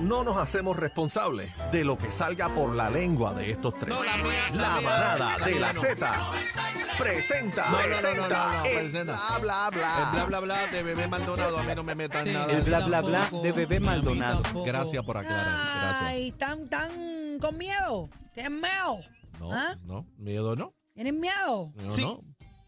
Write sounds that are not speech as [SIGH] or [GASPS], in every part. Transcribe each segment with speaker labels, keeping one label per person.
Speaker 1: no nos hacemos responsables de lo que salga por la lengua de estos tres.
Speaker 2: No, la mía- la
Speaker 1: La
Speaker 2: mía-
Speaker 1: manada
Speaker 2: la
Speaker 1: de
Speaker 2: mía
Speaker 1: la
Speaker 2: no.
Speaker 1: Z presenta,
Speaker 2: No, no, no, no, no,
Speaker 1: presenta,
Speaker 2: no,
Speaker 1: el
Speaker 2: presenta.
Speaker 1: bla, bla,
Speaker 2: El bla
Speaker 1: bla.
Speaker 2: bla bla de bebé Maldonado, a mí no me metan
Speaker 3: Sí,
Speaker 2: nada.
Speaker 3: a
Speaker 4: El
Speaker 3: mí
Speaker 4: bla, bla, bla
Speaker 3: tampoco,
Speaker 4: de Bebé
Speaker 3: a mí
Speaker 4: Maldonado.
Speaker 3: tampoco.
Speaker 2: Gracias por aclarar, gracias.
Speaker 5: Ay, están tan con miedo. ¿Tienen miedo?
Speaker 2: No,
Speaker 5: ¿Ah?
Speaker 2: no, miedo no.
Speaker 5: ¿Tienen miedo?
Speaker 2: no,
Speaker 3: Sí.
Speaker 2: no.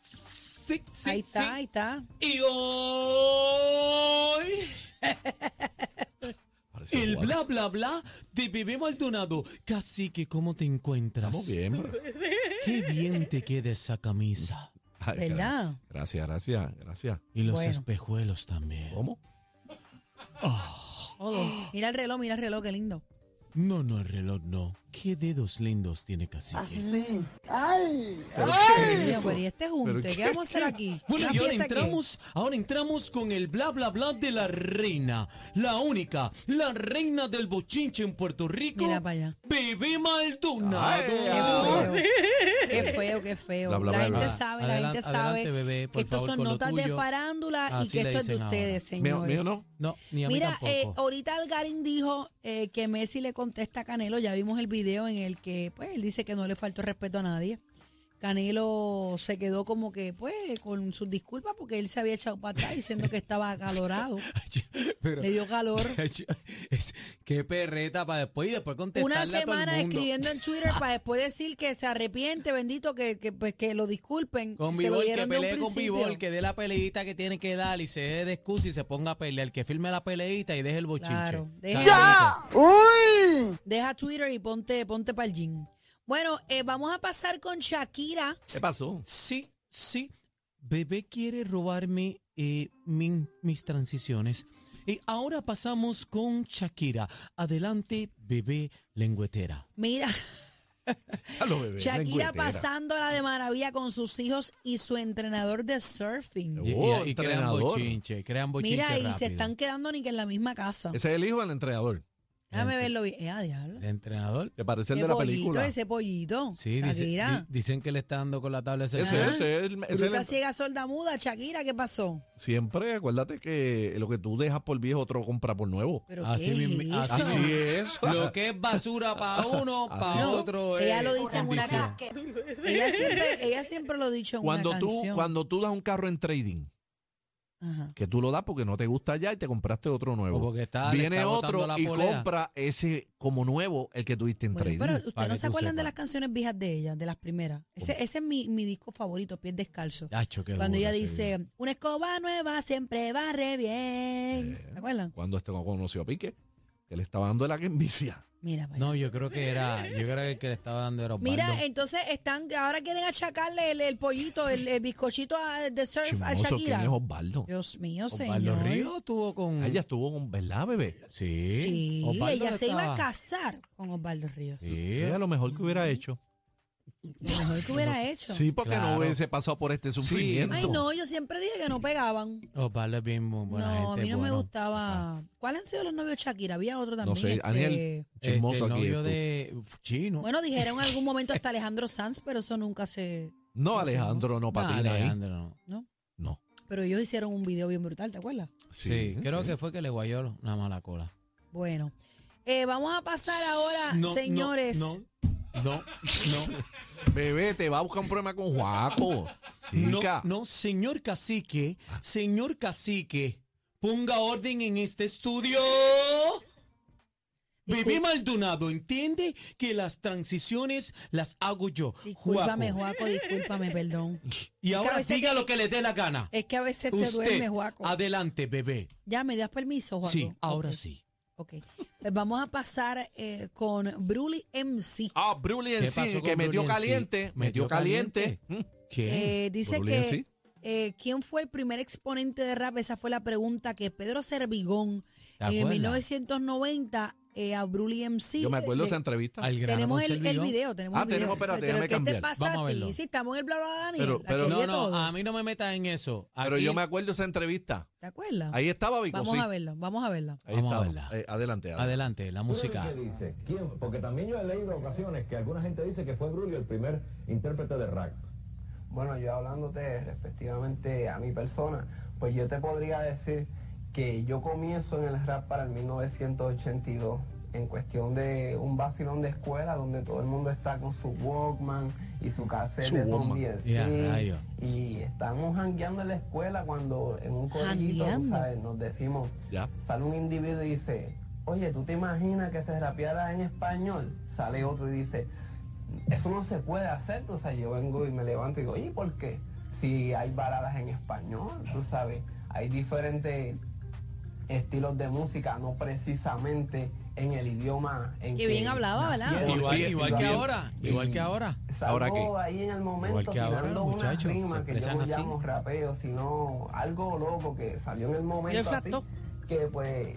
Speaker 3: Sí, sí,
Speaker 5: ahí está, ahí
Speaker 3: sí.
Speaker 5: está.
Speaker 3: Y hoy
Speaker 2: [LAUGHS] Parece
Speaker 3: el
Speaker 2: guapo.
Speaker 3: bla bla bla de Bebé Maldonado. Cacique, ¿cómo te encuentras?
Speaker 2: Estamos bien. pues. bro.
Speaker 3: Qué bien te queda esa camisa.
Speaker 2: Ay,
Speaker 5: ¿Verdad?
Speaker 2: caray. Gracias, gracias, gracias.
Speaker 3: Y los
Speaker 5: Bueno.
Speaker 3: espejuelos también.
Speaker 2: ¿Cómo?
Speaker 5: Todo.
Speaker 3: [GASPS]
Speaker 5: Mira el reloj, mira el reloj, qué lindo.
Speaker 3: No, no, el reloj no. Qué dedos lindos tiene Cacique.
Speaker 5: Dios mío, pero y este junte,
Speaker 2: ¿Pero
Speaker 5: ¿qué?
Speaker 2: qué?
Speaker 5: vamos a hacer aquí?
Speaker 3: Bueno,
Speaker 5: ¿Una
Speaker 3: y ahora
Speaker 5: fiesta qué?
Speaker 3: entramos, ahora entramos con el bla bla bla de la reina, la única, la reina del bochinche en Puerto Rico.
Speaker 5: Mira para allá.
Speaker 3: Bebé Maldonado. [LAUGHS]
Speaker 5: Qué feo, qué feo.
Speaker 2: Bla, bla,
Speaker 5: la
Speaker 2: bla,
Speaker 5: gente
Speaker 2: bla.
Speaker 5: sabe, la
Speaker 3: Ah, Adelan-
Speaker 5: gente sabe
Speaker 3: adelante, bebé,
Speaker 5: que
Speaker 3: por
Speaker 5: estos
Speaker 3: favor,
Speaker 5: son
Speaker 3: con lo
Speaker 5: notas de
Speaker 3: tuyo.
Speaker 5: farándula y
Speaker 3: Así
Speaker 5: que
Speaker 3: le
Speaker 5: esto es de
Speaker 3: dicen
Speaker 5: ustedes,
Speaker 2: Mío,
Speaker 5: señores.
Speaker 2: mío no.
Speaker 3: No, ni a mí
Speaker 5: Mira,
Speaker 3: tampoco.
Speaker 5: eh,
Speaker 3: [LAUGHS]
Speaker 5: ahorita Algarín dijo eh, que Messi le contesta a Canelo. Ya vimos el video en el que, pues, él dice que no le faltó respeto a nadie. Canelo se quedó como que, pues, con sus disculpas porque él se había echado para atrás diciendo que
Speaker 3: [LAUGHS]
Speaker 5: estaba acalorado.
Speaker 3: Pero-
Speaker 5: le dio
Speaker 3: [LAUGHS]
Speaker 5: calor.
Speaker 3: Es- Qué perreta para después y después contestarle
Speaker 5: Una
Speaker 3: a todo el
Speaker 5: semana
Speaker 3: mundo.
Speaker 5: escribiendo en
Speaker 3: [LAUGHS]
Speaker 5: Twitter para después decir que se arrepiente, bendito, que, que, pues, que lo disculpen.
Speaker 3: Con
Speaker 5: se lo
Speaker 3: Vivol, que
Speaker 5: dieron de un
Speaker 3: pelee con
Speaker 5: principio.
Speaker 3: Vivol, que dé la peleita que tiene que dar y se dé de excusa y se ponga a pelear. Que firme la peleita y deje el bochinche.
Speaker 5: Claro, deja-
Speaker 3: ¡Ya!
Speaker 5: Deja Twitter y ponte, ponte para el gym. Bueno, eh, vamos a pasar con Shakira.
Speaker 2: ¿Qué pasó?
Speaker 3: Sí, sí. Bebé quiere robarme eh, min- mis transiciones. Y ahora pasamos con Shakira. Adelante, bebé lengüetera.
Speaker 5: Mira.
Speaker 2: A lo bebé.
Speaker 5: Shakira
Speaker 2: lengüetera.
Speaker 5: pasándola de maravilla con sus hijos y su entrenador de surfing.
Speaker 3: Y- y-
Speaker 2: Oh,
Speaker 3: y, crean
Speaker 2: entrenador.
Speaker 3: bochinche, crean bochinche
Speaker 5: Mira, y se
Speaker 3: rápido.
Speaker 5: están quedando ni que en la misma casa.
Speaker 2: Ese es el hijo del entrenador.
Speaker 5: Déjame verlo bien. Eh, a diablo.
Speaker 3: El entrenador.
Speaker 2: ¿Te parece el
Speaker 5: Qué
Speaker 2: de la
Speaker 5: pollito,
Speaker 2: película?
Speaker 5: Ese pollito.
Speaker 3: Sí, dice-
Speaker 5: Shakira.
Speaker 3: di- dicen que le está dando con la tabla de
Speaker 2: Ese,
Speaker 3: surfear.
Speaker 2: ese, el- ese el-
Speaker 5: Bruta ciega, sorda, muda. Shakira, ¿qué pasó?
Speaker 2: Siempre acuérdate que lo que tú dejas por viejo, otro compra por nuevo.
Speaker 5: ¿Pero
Speaker 3: Así
Speaker 5: qué
Speaker 3: mismo-
Speaker 5: es
Speaker 3: así
Speaker 5: eso?
Speaker 3: mismo.
Speaker 2: Así es.
Speaker 3: Lo que es
Speaker 2: [LAUGHS]
Speaker 3: basura para uno, para
Speaker 5: No,
Speaker 3: otro.
Speaker 5: ella
Speaker 3: es
Speaker 5: lo dice en una
Speaker 3: condición.
Speaker 5: Ella siempre, ella siempre lo ha dicho en
Speaker 2: Cuando
Speaker 5: una
Speaker 2: tú,
Speaker 5: canción.
Speaker 2: cuando tú das un carro en trading,
Speaker 5: Ajá.
Speaker 2: que tú lo das porque no te gusta ya y te compraste otro
Speaker 3: O
Speaker 2: nuevo.
Speaker 3: Pues porque está- le
Speaker 2: Viene
Speaker 3: está botando
Speaker 2: otro
Speaker 3: la
Speaker 2: y
Speaker 3: polea.
Speaker 2: compra ese como nuevo, el que tuviste en
Speaker 5: Bueno, pero
Speaker 2: trading.
Speaker 5: ustedes
Speaker 3: para
Speaker 5: no
Speaker 3: que
Speaker 5: se
Speaker 3: tú
Speaker 5: acuerdan de
Speaker 3: sepas.
Speaker 5: las canciones viejas de ella, de las primeras. Ese, ese es mi, mi disco favorito, Pies Descalzo.
Speaker 3: Yacho, qué
Speaker 5: Cuando
Speaker 3: duro
Speaker 5: ella
Speaker 3: ese
Speaker 5: dice,
Speaker 3: video.
Speaker 5: una escoba nueva siempre barre bien.
Speaker 3: Eh.
Speaker 5: ¿Se acuerdan?
Speaker 2: Cuando este conoció a Pique, que le estaba dando la que envicia.
Speaker 5: Mira, vaya.
Speaker 3: No, yo creo que era. Yo creo que el que le estaba dando era Osvaldo.
Speaker 5: Mira, entonces están, ahora quieren achacarle el, el pollito, el, el bizcochito a- de surf a
Speaker 2: Chismoso, ¿quién
Speaker 5: Shakira.
Speaker 2: es Osvaldo? Ah,
Speaker 5: Dios mío,
Speaker 3: Osvaldo
Speaker 5: señor. Ah,
Speaker 3: Ríos estuvo con.
Speaker 2: Ella estuvo con, ¿verdad, bebé?
Speaker 3: Sí.
Speaker 5: Sí,
Speaker 3: Osvaldo
Speaker 5: ella
Speaker 3: le
Speaker 5: se iba a
Speaker 3: estaba-
Speaker 5: casar con Osvaldo Ríos.
Speaker 3: Sí.
Speaker 2: Era lo mejor que hubiera hecho.
Speaker 5: Lo mejor que hubiera hecho.
Speaker 2: Sí, porque no
Speaker 3: Claro.
Speaker 2: hubiese pasado por este sufrimiento.
Speaker 5: Ay, no, yo siempre dije que no pegaban.
Speaker 3: Osvaldo Oh, es bien muy buena
Speaker 5: no,
Speaker 3: gente.
Speaker 5: a mí no me
Speaker 3: bueno.
Speaker 5: gustaba. ¿Cuáles han sido los novios de Shakira? Había otro también.
Speaker 2: No sé,
Speaker 5: este-
Speaker 2: Aniel,
Speaker 3: Este,
Speaker 2: chismoso
Speaker 3: el
Speaker 2: aquí.
Speaker 3: novio
Speaker 2: tú.
Speaker 3: de uf, chino.
Speaker 5: Bueno, dijeron en algún momento hasta Alejandro Sanz, pero eso nunca se...
Speaker 2: No, Alejandro no
Speaker 3: No,
Speaker 2: patina ahí.
Speaker 3: Alejandro, no.
Speaker 2: No.
Speaker 5: Pero ellos hicieron un video bien brutal, ¿te acuerdas?
Speaker 3: Sí, creo
Speaker 2: sí.
Speaker 3: que fue que le guayó una mala cola.
Speaker 5: Bueno, eh, vamos a pasar ahora,
Speaker 3: No, no,
Speaker 5: señores.
Speaker 3: No, no, no.
Speaker 2: Bebé, te va a buscar un problema con Juaco.
Speaker 3: No,
Speaker 2: Chica.
Speaker 3: no, señor cacique, señor cacique, ponga orden en este estudio. Bebé Maldonado, entiende que las transiciones las hago yo.
Speaker 5: Discúlpame,
Speaker 3: Juaco.
Speaker 5: Juaco, discúlpame, perdón.
Speaker 3: Y
Speaker 5: que a
Speaker 3: ahora
Speaker 5: veces
Speaker 3: diga
Speaker 5: te-
Speaker 3: lo que le dé la gana.
Speaker 5: Es que a veces te
Speaker 3: Usted,
Speaker 5: duerme, Juaco.
Speaker 3: adelante, bebé.
Speaker 5: Ya, ¿me das permiso, Juaco?
Speaker 3: Sí, ahora
Speaker 5: Ok,
Speaker 3: sí.
Speaker 5: Ok, pues vamos a pasar eh, con Bruli MC.
Speaker 2: Ah, Brully en
Speaker 3: ¿Qué
Speaker 2: sí,
Speaker 3: pasó con
Speaker 2: que metió
Speaker 3: Brully en sí?
Speaker 2: caliente. Metió
Speaker 3: ¿Metió
Speaker 2: caliente. Mm.
Speaker 3: ¿Qué?
Speaker 5: Eh, dice
Speaker 2: Brulí
Speaker 5: que
Speaker 2: MC.
Speaker 5: eh, quién fue el primer exponente de rap, esa fue la pregunta que Pedro Servigón en
Speaker 3: ¿Te acuerdas?
Speaker 5: 1990 eh, a Brully MC.
Speaker 2: Yo me acuerdo
Speaker 5: le-
Speaker 2: esa entrevista.
Speaker 3: Al grano
Speaker 5: tenemos
Speaker 3: con
Speaker 5: el, el
Speaker 3: Servidón.
Speaker 5: video, tenemos
Speaker 2: Ah,
Speaker 5: el video.
Speaker 2: tenemos, espérate,
Speaker 5: Pero,
Speaker 2: déjame
Speaker 5: ¿qué te
Speaker 2: cambiar.
Speaker 5: pasa
Speaker 3: Vamos a
Speaker 5: a ti?
Speaker 3: verlo.
Speaker 5: Sí, estamos en el bla bla bla, Daniel.
Speaker 2: Pero-
Speaker 5: aquí
Speaker 2: pero-
Speaker 5: hay de
Speaker 3: No, ah, no,
Speaker 5: todo.
Speaker 3: a mí no me metan en eso.
Speaker 2: Pero
Speaker 3: Aquí-
Speaker 2: yo me acuerdo esa entrevista.
Speaker 5: ¿Te acuerdas?
Speaker 2: Ahí estaba Vico,
Speaker 5: Ah. vamos
Speaker 2: sí.
Speaker 5: a verlo, vamos a verla.
Speaker 2: Ahí
Speaker 3: Vamos a
Speaker 2: estaba.
Speaker 3: verla.
Speaker 2: Eh, adelante, adelante.
Speaker 3: Adelante, la música.
Speaker 6: ¿Qué dice? ¿Quién? Porque también yo he leído ocasiones que alguna gente dice que fue Brulio el primer intérprete de rap.
Speaker 7: Bueno, yo hablándote respectivamente a mi persona, pues yo te podría decir
Speaker 4: que yo comienzo en el rap para el 1982, en cuestión de un vacilón de escuela donde todo el mundo está con su Walkman y su cassette
Speaker 2: Su
Speaker 4: de Tom
Speaker 2: Walkman.
Speaker 4: 10.
Speaker 3: Ya, rayo.
Speaker 4: Y estamos jangueando en la escuela cuando en un corillito, tú
Speaker 5: Jangueando.
Speaker 4: ¿sabes? Nos decimos,
Speaker 2: Ya.
Speaker 4: sale un individuo y dice, oye, ¿tú te imaginas que se rapeara en español? Sale otro y dice, eso no se puede hacer, tú sabes, yo vengo y me levanto y digo, ¿y por qué? Si hay baladas en español, tú sabes, hay diferentes estilos de música, no precisamente en el idioma en
Speaker 5: Que bien hablaba, ¿verdad?
Speaker 4: nacieron.
Speaker 3: Igual,
Speaker 2: Bien,
Speaker 3: igual que
Speaker 2: bien.
Speaker 3: ahora, igual que ahora.
Speaker 4: Salgo
Speaker 2: ¿Ahora qué?
Speaker 4: ahí en el momento
Speaker 3: Igual que ahora,
Speaker 4: tirando
Speaker 3: los
Speaker 4: unas
Speaker 3: muchachos, se
Speaker 4: rimas que yo
Speaker 3: expresan
Speaker 4: no
Speaker 3: así.
Speaker 4: llamo rapeo, sino algo loco que salió en el
Speaker 5: Yo
Speaker 4: momento así,
Speaker 5: exacto.
Speaker 4: que pues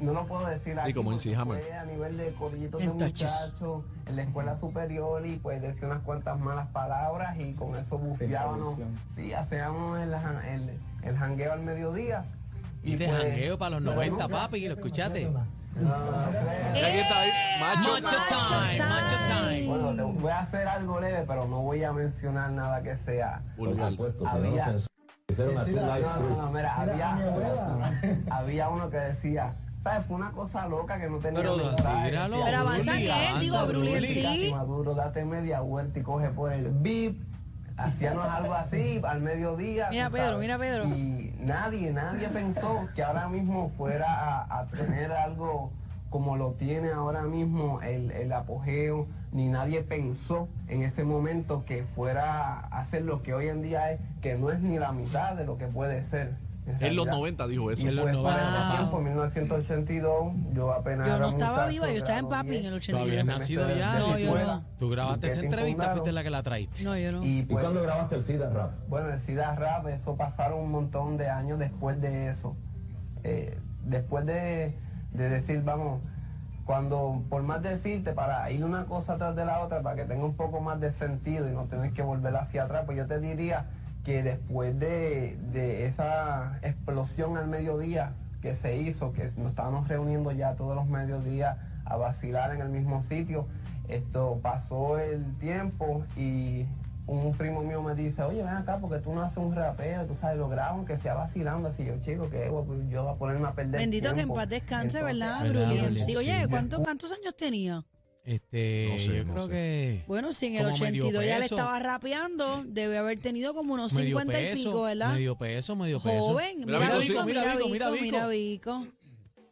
Speaker 4: no lo puedo decir aquí
Speaker 2: como en
Speaker 4: porque
Speaker 2: Seahammer.
Speaker 4: fue a nivel de corrillitos de
Speaker 5: Entonces.
Speaker 4: muchachos en la escuela superior y pues decía unas cuantas malas palabras y con eso bufiábamos sí, hacíamos el, jan- el, el jangueo al mediodía
Speaker 3: Y de
Speaker 4: pues,
Speaker 3: jangueo para los
Speaker 4: pero
Speaker 3: 90,
Speaker 4: nunca-
Speaker 3: papi, lo escuchaste.
Speaker 4: Ah, pues,
Speaker 2: Ya que está ahí,
Speaker 5: Eh,
Speaker 2: macho.
Speaker 3: Macho time, macho time.
Speaker 4: Bueno, te voy a hacer algo leve, pero no voy a mencionar nada que sea.
Speaker 6: Por
Speaker 2: Vulgar.
Speaker 6: supuesto,
Speaker 8: Ah,
Speaker 4: Había-
Speaker 6: que no nos censuren. Hicieron a tu
Speaker 4: No,
Speaker 6: live
Speaker 4: no,
Speaker 8: pues.
Speaker 6: crew.
Speaker 4: no, mira, había, había uno que decía, ¿sabes? Fue una cosa loca que no tenía
Speaker 3: Pero
Speaker 4: mensaje,
Speaker 3: tíralo,
Speaker 4: decía,
Speaker 5: Pero avanza
Speaker 3: Bruli,
Speaker 5: que él, digo,
Speaker 3: avanza,
Speaker 5: Bruli en
Speaker 3: Bruli.
Speaker 5: sí.
Speaker 4: "Casi Maduro, date media vuelta y coge por el bip. Hacíamos algo así al mediodía.
Speaker 5: Mira,
Speaker 4: tú
Speaker 5: Pedro,
Speaker 4: sabes.
Speaker 5: mira, Pedro.
Speaker 4: Y nadie, nadie pensó que ahora mismo fuera a, a tener algo como lo tiene ahora mismo el, el apogeo, ni nadie pensó en ese momento que fuera a hacer lo que hoy en día es, que no es ni la mitad de lo que puede ser.
Speaker 2: En los
Speaker 4: realidad.
Speaker 2: 90 dijo eso.
Speaker 4: Y
Speaker 3: En los
Speaker 4: pues, para
Speaker 5: 90,
Speaker 4: ese
Speaker 5: wow.
Speaker 4: tiempo, 1982, yo apenas
Speaker 5: Yo
Speaker 4: era
Speaker 5: no estaba
Speaker 4: muchacho,
Speaker 5: viva, yo estaba en
Speaker 4: grado
Speaker 5: papi en el
Speaker 4: 10.
Speaker 3: Todavía
Speaker 5: 82.
Speaker 4: no.
Speaker 3: nacido ya.
Speaker 5: No, yo
Speaker 3: Tú-
Speaker 5: no.
Speaker 3: Tú grabaste
Speaker 4: Porque
Speaker 3: esa
Speaker 4: te
Speaker 3: entrevista,
Speaker 4: fundaron.
Speaker 3: fuiste la que la traíste.
Speaker 5: No, yo no.
Speaker 4: Y
Speaker 6: ¿Y
Speaker 4: pues,
Speaker 6: cuándo grabaste el SIDA Rap?
Speaker 4: bueno, el SIDA Rap, eso pasaron un montón de años después de eso. Eh, después de, de decir, vamos, cuando, por más decirte, para ir una cosa atrás de la otra, para que tenga un poco más de sentido y no tener que volver hacia atrás, pues yo te diría que después de, de esa explosión al mediodía que se hizo, que nos estábamos reuniendo ya todos los mediodías a vacilar en el mismo sitio, esto pasó el tiempo y un primo mío me dice, oye, ven acá porque tú no haces un rapeo, tú sabes, lo grabo aunque sea vacilando así, yo chico, que voy- yo voy a ponerme a perder
Speaker 5: Bendito que en
Speaker 4: tiempo".
Speaker 5: paz descanse,
Speaker 4: Entonces,
Speaker 5: ¿verdad,
Speaker 3: ¿Verdad,
Speaker 5: Brulien?
Speaker 3: Brulien?
Speaker 5: Sí, oye,
Speaker 3: Sí.
Speaker 5: ¿cuánto- ¿cuántos años tenía?
Speaker 3: Este,
Speaker 2: No sé,
Speaker 3: yo
Speaker 2: no
Speaker 3: creo
Speaker 2: sé.
Speaker 3: que.
Speaker 5: Bueno, si en el
Speaker 3: Como medio
Speaker 5: 82 ya le
Speaker 3: peso.
Speaker 5: estaba rapeando, debe haber tenido como unos
Speaker 3: medio
Speaker 5: 50 y
Speaker 3: peso,
Speaker 5: pico, ¿verdad?
Speaker 3: Medio peso, medio peso.
Speaker 5: Joven,
Speaker 2: Mira,
Speaker 5: mira,
Speaker 2: mira,
Speaker 5: Vico,
Speaker 2: Vico,
Speaker 5: mira Vico, mira Vico,
Speaker 3: Vico.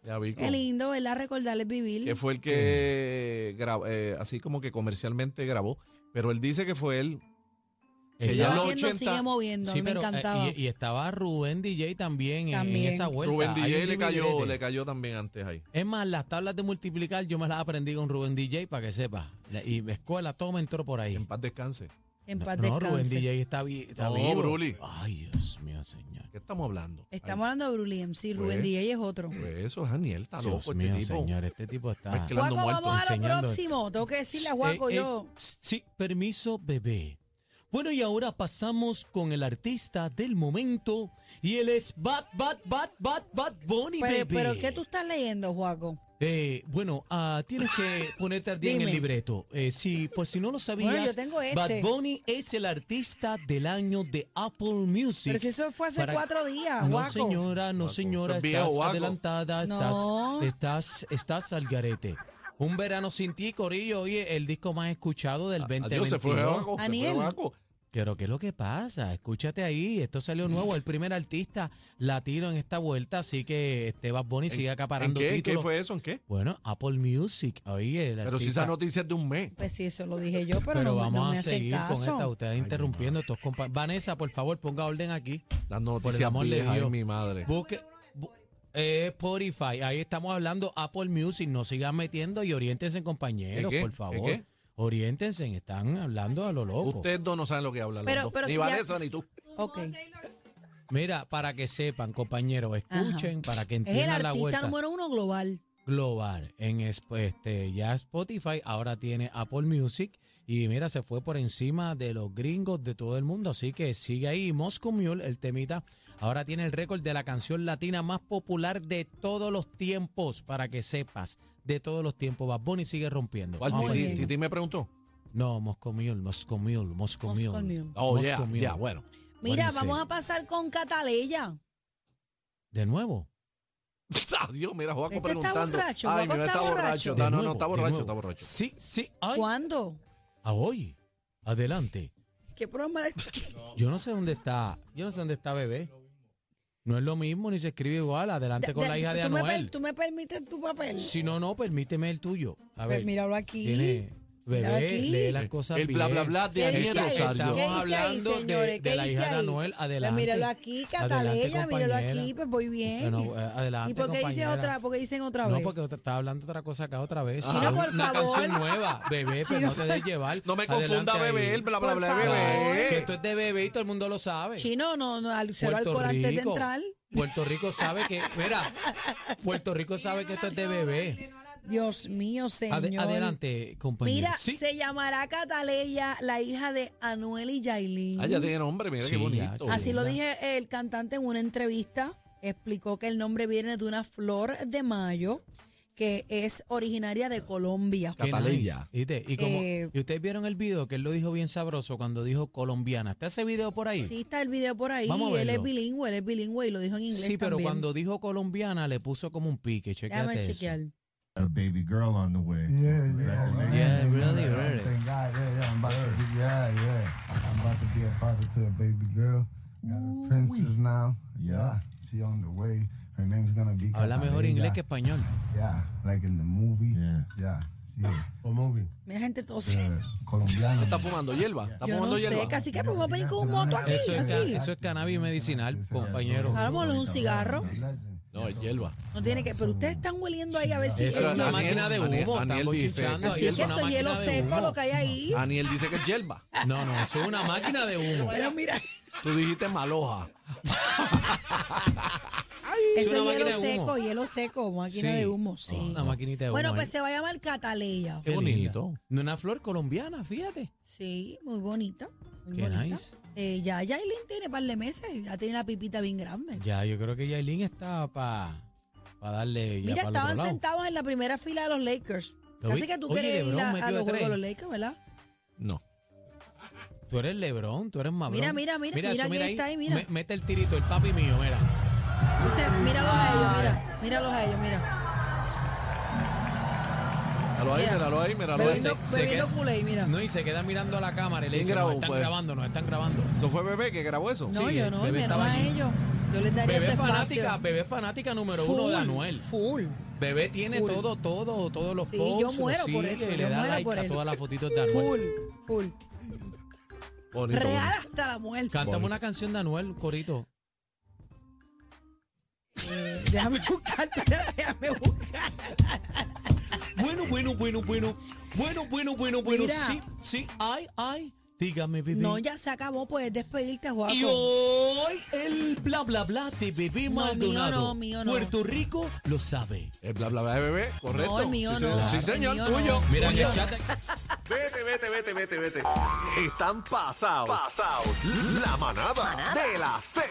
Speaker 2: Ya vi
Speaker 5: Qué
Speaker 2: cómo.
Speaker 5: lindo, ¿verdad? Recordarles vivir.
Speaker 2: que fue el que
Speaker 3: Mm.
Speaker 2: gra- eh, así como que comercialmente grabó, pero él dice que fue él.
Speaker 3: Sí,
Speaker 2: Que
Speaker 5: Sigue
Speaker 2: ya en los
Speaker 5: batiendo, sigue
Speaker 2: 80,
Speaker 5: moviendo,
Speaker 3: Sí,
Speaker 5: me
Speaker 3: pero, eh,
Speaker 5: encantaba.
Speaker 3: y, y estaba Rubén DJ también, en-
Speaker 5: También.
Speaker 3: en esa vuelta.
Speaker 2: Rubén
Speaker 3: Hay
Speaker 2: DJ
Speaker 3: un
Speaker 2: le cayó,
Speaker 3: librete.
Speaker 2: le cayó también antes ahí.
Speaker 3: Es más, las tablas de multiplicar yo me las aprendí con Rubén DJ para que sepa. La- Y escuela, todo me entró por ahí.
Speaker 2: En paz descanse.
Speaker 5: en paz
Speaker 3: no,
Speaker 5: descanse.
Speaker 3: Rubén DJ está, vi- está
Speaker 2: No,
Speaker 3: vivo.
Speaker 2: Bruli.
Speaker 3: Ay, Dios mío, señor.
Speaker 2: ¿Qué estamos hablando?
Speaker 5: Estamos hablando de Brulien, sí, Rubén
Speaker 2: Pues.
Speaker 5: DJ es otro.
Speaker 2: Ay, pues eso es Daniel, está
Speaker 3: Dios
Speaker 2: loco este
Speaker 3: mío,
Speaker 2: tipo.
Speaker 3: señor, este tipo está...
Speaker 2: Mezclando
Speaker 5: Guaco,
Speaker 2: Hablando muerto,
Speaker 5: vamos a lo
Speaker 3: enseñando.
Speaker 5: próximo. Tengo que decirle a Guaco
Speaker 3: Eh, eh,
Speaker 5: yo.
Speaker 3: ps, sí, permiso, bebé. Bueno, y ahora pasamos con el artista del momento. Y él es Bad, Bad, Bad, Bad, Bad Bunny,
Speaker 5: Pero,
Speaker 3: bebé.
Speaker 5: pero ¿qué tú estás leyendo, Juaco?
Speaker 3: Eh, bueno, ah, tienes
Speaker 5: [LAUGHS]
Speaker 3: que ponerte al día en
Speaker 5: Dime.
Speaker 3: el libreto. Eh, si, por si no lo sabías,
Speaker 5: Bueno, yo tengo este.
Speaker 3: Bad Bunny es el artista del año de Apple Music.
Speaker 5: Pero si eso fue hace
Speaker 3: Para-
Speaker 5: cuatro días,
Speaker 3: No,
Speaker 5: Guaco.
Speaker 3: señora, no,
Speaker 2: Guaco,
Speaker 3: señora,
Speaker 2: eso es
Speaker 3: estás
Speaker 2: viejo, guaco.
Speaker 3: adelantada, estás,
Speaker 5: No.
Speaker 3: estás, estás al garete. Un verano sin ti, Corillo, oye, el disco más escuchado del
Speaker 2: Adiós, se fue
Speaker 3: 2021.
Speaker 2: Baco, se fue
Speaker 5: Daniel.
Speaker 2: Baco.
Speaker 3: Pero ¿qué es lo que pasa? Escúchate ahí, esto salió nuevo, el primer artista latino en esta vuelta, así que este Bad Bunny sigue
Speaker 2: ¿En
Speaker 3: acaparando
Speaker 2: qué? ¿En qué
Speaker 3: títulos.
Speaker 2: fue eso? ¿En qué?
Speaker 3: Bueno, Apple Music, oye, el
Speaker 2: Pero si
Speaker 3: artista-
Speaker 2: esa noticia es de un mes.
Speaker 5: Pues sí, eso lo dije yo, pero, no,
Speaker 3: Pero
Speaker 5: me-
Speaker 3: vamos
Speaker 5: no me
Speaker 3: a
Speaker 5: hace
Speaker 3: seguir
Speaker 5: caso.
Speaker 3: con esta, ustedes interrumpiendo estos compa- Vanessa, por favor, ponga orden aquí.
Speaker 2: Las
Speaker 3: Por el
Speaker 2: noticias
Speaker 3: amor de
Speaker 2: viejas, ay,
Speaker 3: Dios.
Speaker 2: mi madre.
Speaker 3: Busque bu- eh, Spotify, ahí estamos hablando Apple Music, no sigan metiendo y oriéntense compañeros,
Speaker 2: ¿En qué?
Speaker 3: por
Speaker 2: ¿En
Speaker 3: favor.
Speaker 2: qué?
Speaker 3: Oriéntense, están hablando a lo loco.
Speaker 2: Ustedes dos no saben lo que hablan. los
Speaker 5: Pero-
Speaker 2: dos.
Speaker 5: pero
Speaker 2: ni
Speaker 5: si ya- Ah,
Speaker 2: Vanessa ni tú.
Speaker 5: Ok.
Speaker 3: Mira, para que sepan, compañeros, escuchen, para que
Speaker 5: Es el
Speaker 3: entiendan la
Speaker 5: artista
Speaker 3: vuelta.
Speaker 5: número uno global.
Speaker 3: global en es- este ya Spotify ahora tiene Apple Music y mira se fue por encima de los gringos de todo el mundo así que sigue ahí Moscow Mule el temita ahora tiene el récord de la canción latina más popular de todos los tiempos para que sepas de todos los tiempos Bad Bunny sigue rompiendo
Speaker 2: ¿Cuál?
Speaker 5: Muy
Speaker 2: Titi-
Speaker 5: bien.
Speaker 2: Titi me preguntó. [LAUGHS]
Speaker 3: no Moscow Mule Moscow Mule Moscow Mule.
Speaker 5: Moscow Mule.
Speaker 2: Oh, ya,
Speaker 3: Moscow Mule.
Speaker 2: ya, bueno.
Speaker 5: Mira,
Speaker 3: Buenísimo.
Speaker 5: vamos a pasar con Cataleya.
Speaker 3: de nuevo
Speaker 2: Dios, mira, Joaco
Speaker 5: Este está
Speaker 2: preguntando.
Speaker 5: borracho,
Speaker 2: Ay,
Speaker 5: Joaco
Speaker 2: mira,
Speaker 5: está
Speaker 2: está
Speaker 5: borracho.
Speaker 2: borracho.
Speaker 3: De
Speaker 2: Está- No, no,
Speaker 3: nuevo,
Speaker 2: está
Speaker 3: de
Speaker 2: borracho,
Speaker 3: nuevo.
Speaker 2: está borracho.
Speaker 3: Sí, sí, ay.
Speaker 5: ¿Cuándo?
Speaker 3: A hoy. Adelante.
Speaker 5: ¿Qué programa es este?
Speaker 3: Yo no sé dónde está. Yo no sé dónde está bebé. No es lo mismo ni se escribe igual. Adelante con la hija de
Speaker 5: ¿Tú me, per-
Speaker 3: Anuel.
Speaker 5: ¿Tú me permites tu papel?
Speaker 3: Si no, no, permíteme el tuyo. A
Speaker 5: Pues
Speaker 3: ver.
Speaker 5: míralo aquí.
Speaker 3: Tiene bebé,
Speaker 5: aquí.
Speaker 3: lee las cosas
Speaker 2: El bla,
Speaker 3: bien.
Speaker 2: bla, bla de
Speaker 5: ¿Qué
Speaker 2: Daniel
Speaker 5: dice ahí?
Speaker 2: Rosario.
Speaker 5: ¿Qué
Speaker 3: Estamos
Speaker 5: dice ahí,
Speaker 3: hablando de-
Speaker 5: señores?
Speaker 3: de
Speaker 5: ¿Qué
Speaker 3: la
Speaker 5: dice
Speaker 3: hija de
Speaker 5: ahí?
Speaker 3: Anuel, adelante.
Speaker 5: Pues míralo aquí, Cataleya,
Speaker 3: Adelante,
Speaker 5: míralo
Speaker 3: compañera.
Speaker 5: aquí, pues voy bien.
Speaker 3: Bueno, eh, adelante,
Speaker 5: ¿Y por qué dice
Speaker 3: compañera.
Speaker 5: otra? ¿Por qué dicen otra vez?
Speaker 3: No, porque otra- estaba hablando otra cosa acá otra vez.
Speaker 5: Chino,
Speaker 3: Ah,
Speaker 5: por
Speaker 3: una
Speaker 5: favor.
Speaker 3: canción nueva, bebé, pero no te dejes llevar.
Speaker 2: No me
Speaker 3: Adelante
Speaker 2: confunda,
Speaker 3: ahí.
Speaker 2: bebé, el bla, bla,
Speaker 5: Por
Speaker 2: bla,
Speaker 5: favor.
Speaker 2: bebé.
Speaker 3: Que esto es de bebé y todo el mundo lo sabe.
Speaker 5: Chino, no, no, al cero
Speaker 3: Puerto
Speaker 5: alcohol antes de
Speaker 3: Rico.
Speaker 5: entrar.
Speaker 3: Puerto Rico sabe que, mira, Puerto Rico sabe que esto es de bebé.
Speaker 5: Dios mío, señor.
Speaker 3: Ade- adelante, compañero.
Speaker 5: Mira,
Speaker 3: Sí.
Speaker 5: se llamará Cataleya, la hija de Anuel y Yailin.
Speaker 2: Ah, ya tiene nombre, mira qué
Speaker 3: Sí, ya,
Speaker 2: bonito.
Speaker 3: qué
Speaker 5: Así lo
Speaker 3: linda.
Speaker 5: dije el cantante en una entrevista. Explicó que el nombre viene de una flor de mayo que es originaria de Colombia.
Speaker 3: Qué
Speaker 2: Cataleya.
Speaker 3: nice, ¿viste? Y, como,
Speaker 5: Eh,
Speaker 3: y ustedes vieron el video que él lo dijo bien sabroso cuando dijo colombiana. ¿Está ese video por ahí?
Speaker 5: Sí, está el video por ahí.
Speaker 3: Vamos a
Speaker 5: Él es
Speaker 3: verlo.
Speaker 5: bilingüe, él es bilingüe y lo dijo en inglés.
Speaker 3: Sí, pero
Speaker 5: también.
Speaker 3: cuando dijo colombiana le puso como un pique.
Speaker 5: Déjame
Speaker 3: Chequéate eso.
Speaker 5: chequear.
Speaker 7: a baby girl on the way.
Speaker 8: Yeah, yeah.
Speaker 7: Congratulations.
Speaker 3: Yeah, really,
Speaker 8: Yeah,
Speaker 3: really.
Speaker 8: Thank God. Yeah, yeah. I'm about to be, yeah, yeah. I'm about to be a father to a baby girl. Got a princess now.
Speaker 7: Yeah.
Speaker 8: She on the way. Her name's gonna be.
Speaker 3: Habla mejor
Speaker 8: Catalina.
Speaker 3: inglés que español.
Speaker 8: Yeah, like in the movie.
Speaker 7: Yeah.
Speaker 8: Yeah. Yeah.
Speaker 5: Mira, gente tose.
Speaker 8: Colombiana.
Speaker 2: Está fumando hierba. Está
Speaker 5: Yo
Speaker 2: fumando
Speaker 5: no sé,
Speaker 2: hierba.
Speaker 5: casi que me voy a venir con un moto aquí.
Speaker 3: Eso es, ca-
Speaker 5: así.
Speaker 3: eso es cannabis medicinal, compañero.
Speaker 5: Ahora vamos a un cigarro.
Speaker 8: Legend.
Speaker 2: No, es hierba.
Speaker 5: No tiene que, pero ustedes están hueliendo ahí a ver si
Speaker 3: Eso
Speaker 5: esto-
Speaker 3: es una
Speaker 2: Daniel,
Speaker 3: máquina de
Speaker 2: Daniel,
Speaker 3: humo.
Speaker 2: Daniel
Speaker 3: Estamos
Speaker 2: dice,
Speaker 3: chinchando
Speaker 5: Así
Speaker 3: ahí.
Speaker 5: es
Speaker 3: Es
Speaker 5: que
Speaker 3: una
Speaker 5: eso es
Speaker 3: máquina
Speaker 5: hielo
Speaker 3: de
Speaker 5: seco lo
Speaker 3: humo.
Speaker 5: que hay ahí.
Speaker 2: Daniel dice que es hierba.
Speaker 3: No, no, eso es una máquina de humo.
Speaker 5: Pero mira,
Speaker 2: Tú dijiste maloja.
Speaker 5: eso
Speaker 3: una
Speaker 5: es hielo
Speaker 3: máquina de humo.
Speaker 5: seco, hielo seco, máquina
Speaker 3: Sí. Oh,
Speaker 5: de humo, sí.
Speaker 3: Una maquinita de humo.
Speaker 5: Bueno, pues
Speaker 3: ahí.
Speaker 5: se va a llamar Cataleya.
Speaker 2: Qué bonito.
Speaker 3: linda. Una flor colombiana, fíjate.
Speaker 5: Sí, muy bonita. Muy
Speaker 3: Qué
Speaker 5: bonita.
Speaker 3: nice.
Speaker 5: Eh, ya Yailin tiene par de meses, ya tiene la pipita bien grande.
Speaker 3: Ya, yo creo que Yailin está para darle. ya
Speaker 5: Mira,
Speaker 3: pa'l otro
Speaker 5: estaban
Speaker 3: lado.
Speaker 5: sentados en la primera fila de los Lakers.
Speaker 3: ¿Lo
Speaker 5: Así
Speaker 3: vi?
Speaker 5: que tú
Speaker 3: Oye,
Speaker 5: quieres ir
Speaker 3: LeBron
Speaker 5: a, a
Speaker 3: metió de
Speaker 5: los juegos de
Speaker 3: tres.
Speaker 5: los Lakers, ¿verdad?
Speaker 2: No.
Speaker 3: Tú eres Lebrón, tú eres Mabrón.
Speaker 5: Mira, mira, mira, mira
Speaker 3: eso,
Speaker 5: quién está ahí, mira.
Speaker 3: Me- mete el tirito, el papi mío, mira.
Speaker 5: Dice, míralos a ellos, mira, míralos a ellos, mira.
Speaker 2: Míralo ahí,
Speaker 5: Mira.
Speaker 2: míralo ahí, míralo ahí.
Speaker 5: Bebiendo,
Speaker 3: se- se
Speaker 5: bebiendo
Speaker 3: queda-
Speaker 5: culé, mira.
Speaker 3: No, y se queda mirando a la cámara y le
Speaker 2: ¿Quién
Speaker 3: dice,
Speaker 2: grabó,
Speaker 3: nos están
Speaker 2: pues?
Speaker 3: grabando, nos están grabando.
Speaker 2: Eso fue bebé que grabó eso.
Speaker 5: No,
Speaker 3: Sí,
Speaker 5: yo no,
Speaker 3: bebé
Speaker 5: me
Speaker 3: estaba
Speaker 5: a
Speaker 3: allí.
Speaker 5: ellos. Yo les daría
Speaker 3: Bebé
Speaker 5: su espacio.
Speaker 3: fanática, bebé fanática número uno
Speaker 5: Full,
Speaker 3: de Anuel.
Speaker 5: Full.
Speaker 3: Bebé tiene
Speaker 5: Full.
Speaker 3: todo, todo, todos los
Speaker 5: Sí,
Speaker 3: posts.
Speaker 5: yo muero
Speaker 3: lo sigue,
Speaker 5: por eso,
Speaker 3: Le
Speaker 5: yo
Speaker 3: da
Speaker 5: muero
Speaker 3: like
Speaker 5: por
Speaker 3: a
Speaker 5: él.
Speaker 3: todas las fotitos de Anuel.
Speaker 5: Full, full.
Speaker 2: Bonito,
Speaker 5: Real
Speaker 2: bonito.
Speaker 5: hasta la muerte.
Speaker 3: Cantamos una canción de Anuel, corito.
Speaker 5: Eh, déjame buscar, [LAUGHS] espérate, déjame buscar.
Speaker 3: Bueno, bueno, bueno, bueno. Bueno, bueno, bueno, bueno.
Speaker 5: Mira.
Speaker 3: Sí, sí, ay, ay. Dígame, bebé.
Speaker 5: No, ya se acabó, puedes despedirte, Juaco.
Speaker 3: Y hoy el bla bla bla de bebé
Speaker 5: No,
Speaker 3: Maldonado.
Speaker 5: mío no, mío no.
Speaker 3: Puerto Rico lo sabe.
Speaker 2: El bla bla bla de bebé, correcto.
Speaker 5: No, el mío
Speaker 2: sí,
Speaker 5: no.
Speaker 2: Señor. Sí,
Speaker 5: El
Speaker 2: señor,
Speaker 5: mío
Speaker 2: tuyo.
Speaker 5: no.
Speaker 3: Mira en el chat.
Speaker 1: Vete, vete, vete, vete, vete. Están pasados. Pasados. La manada, de la Z.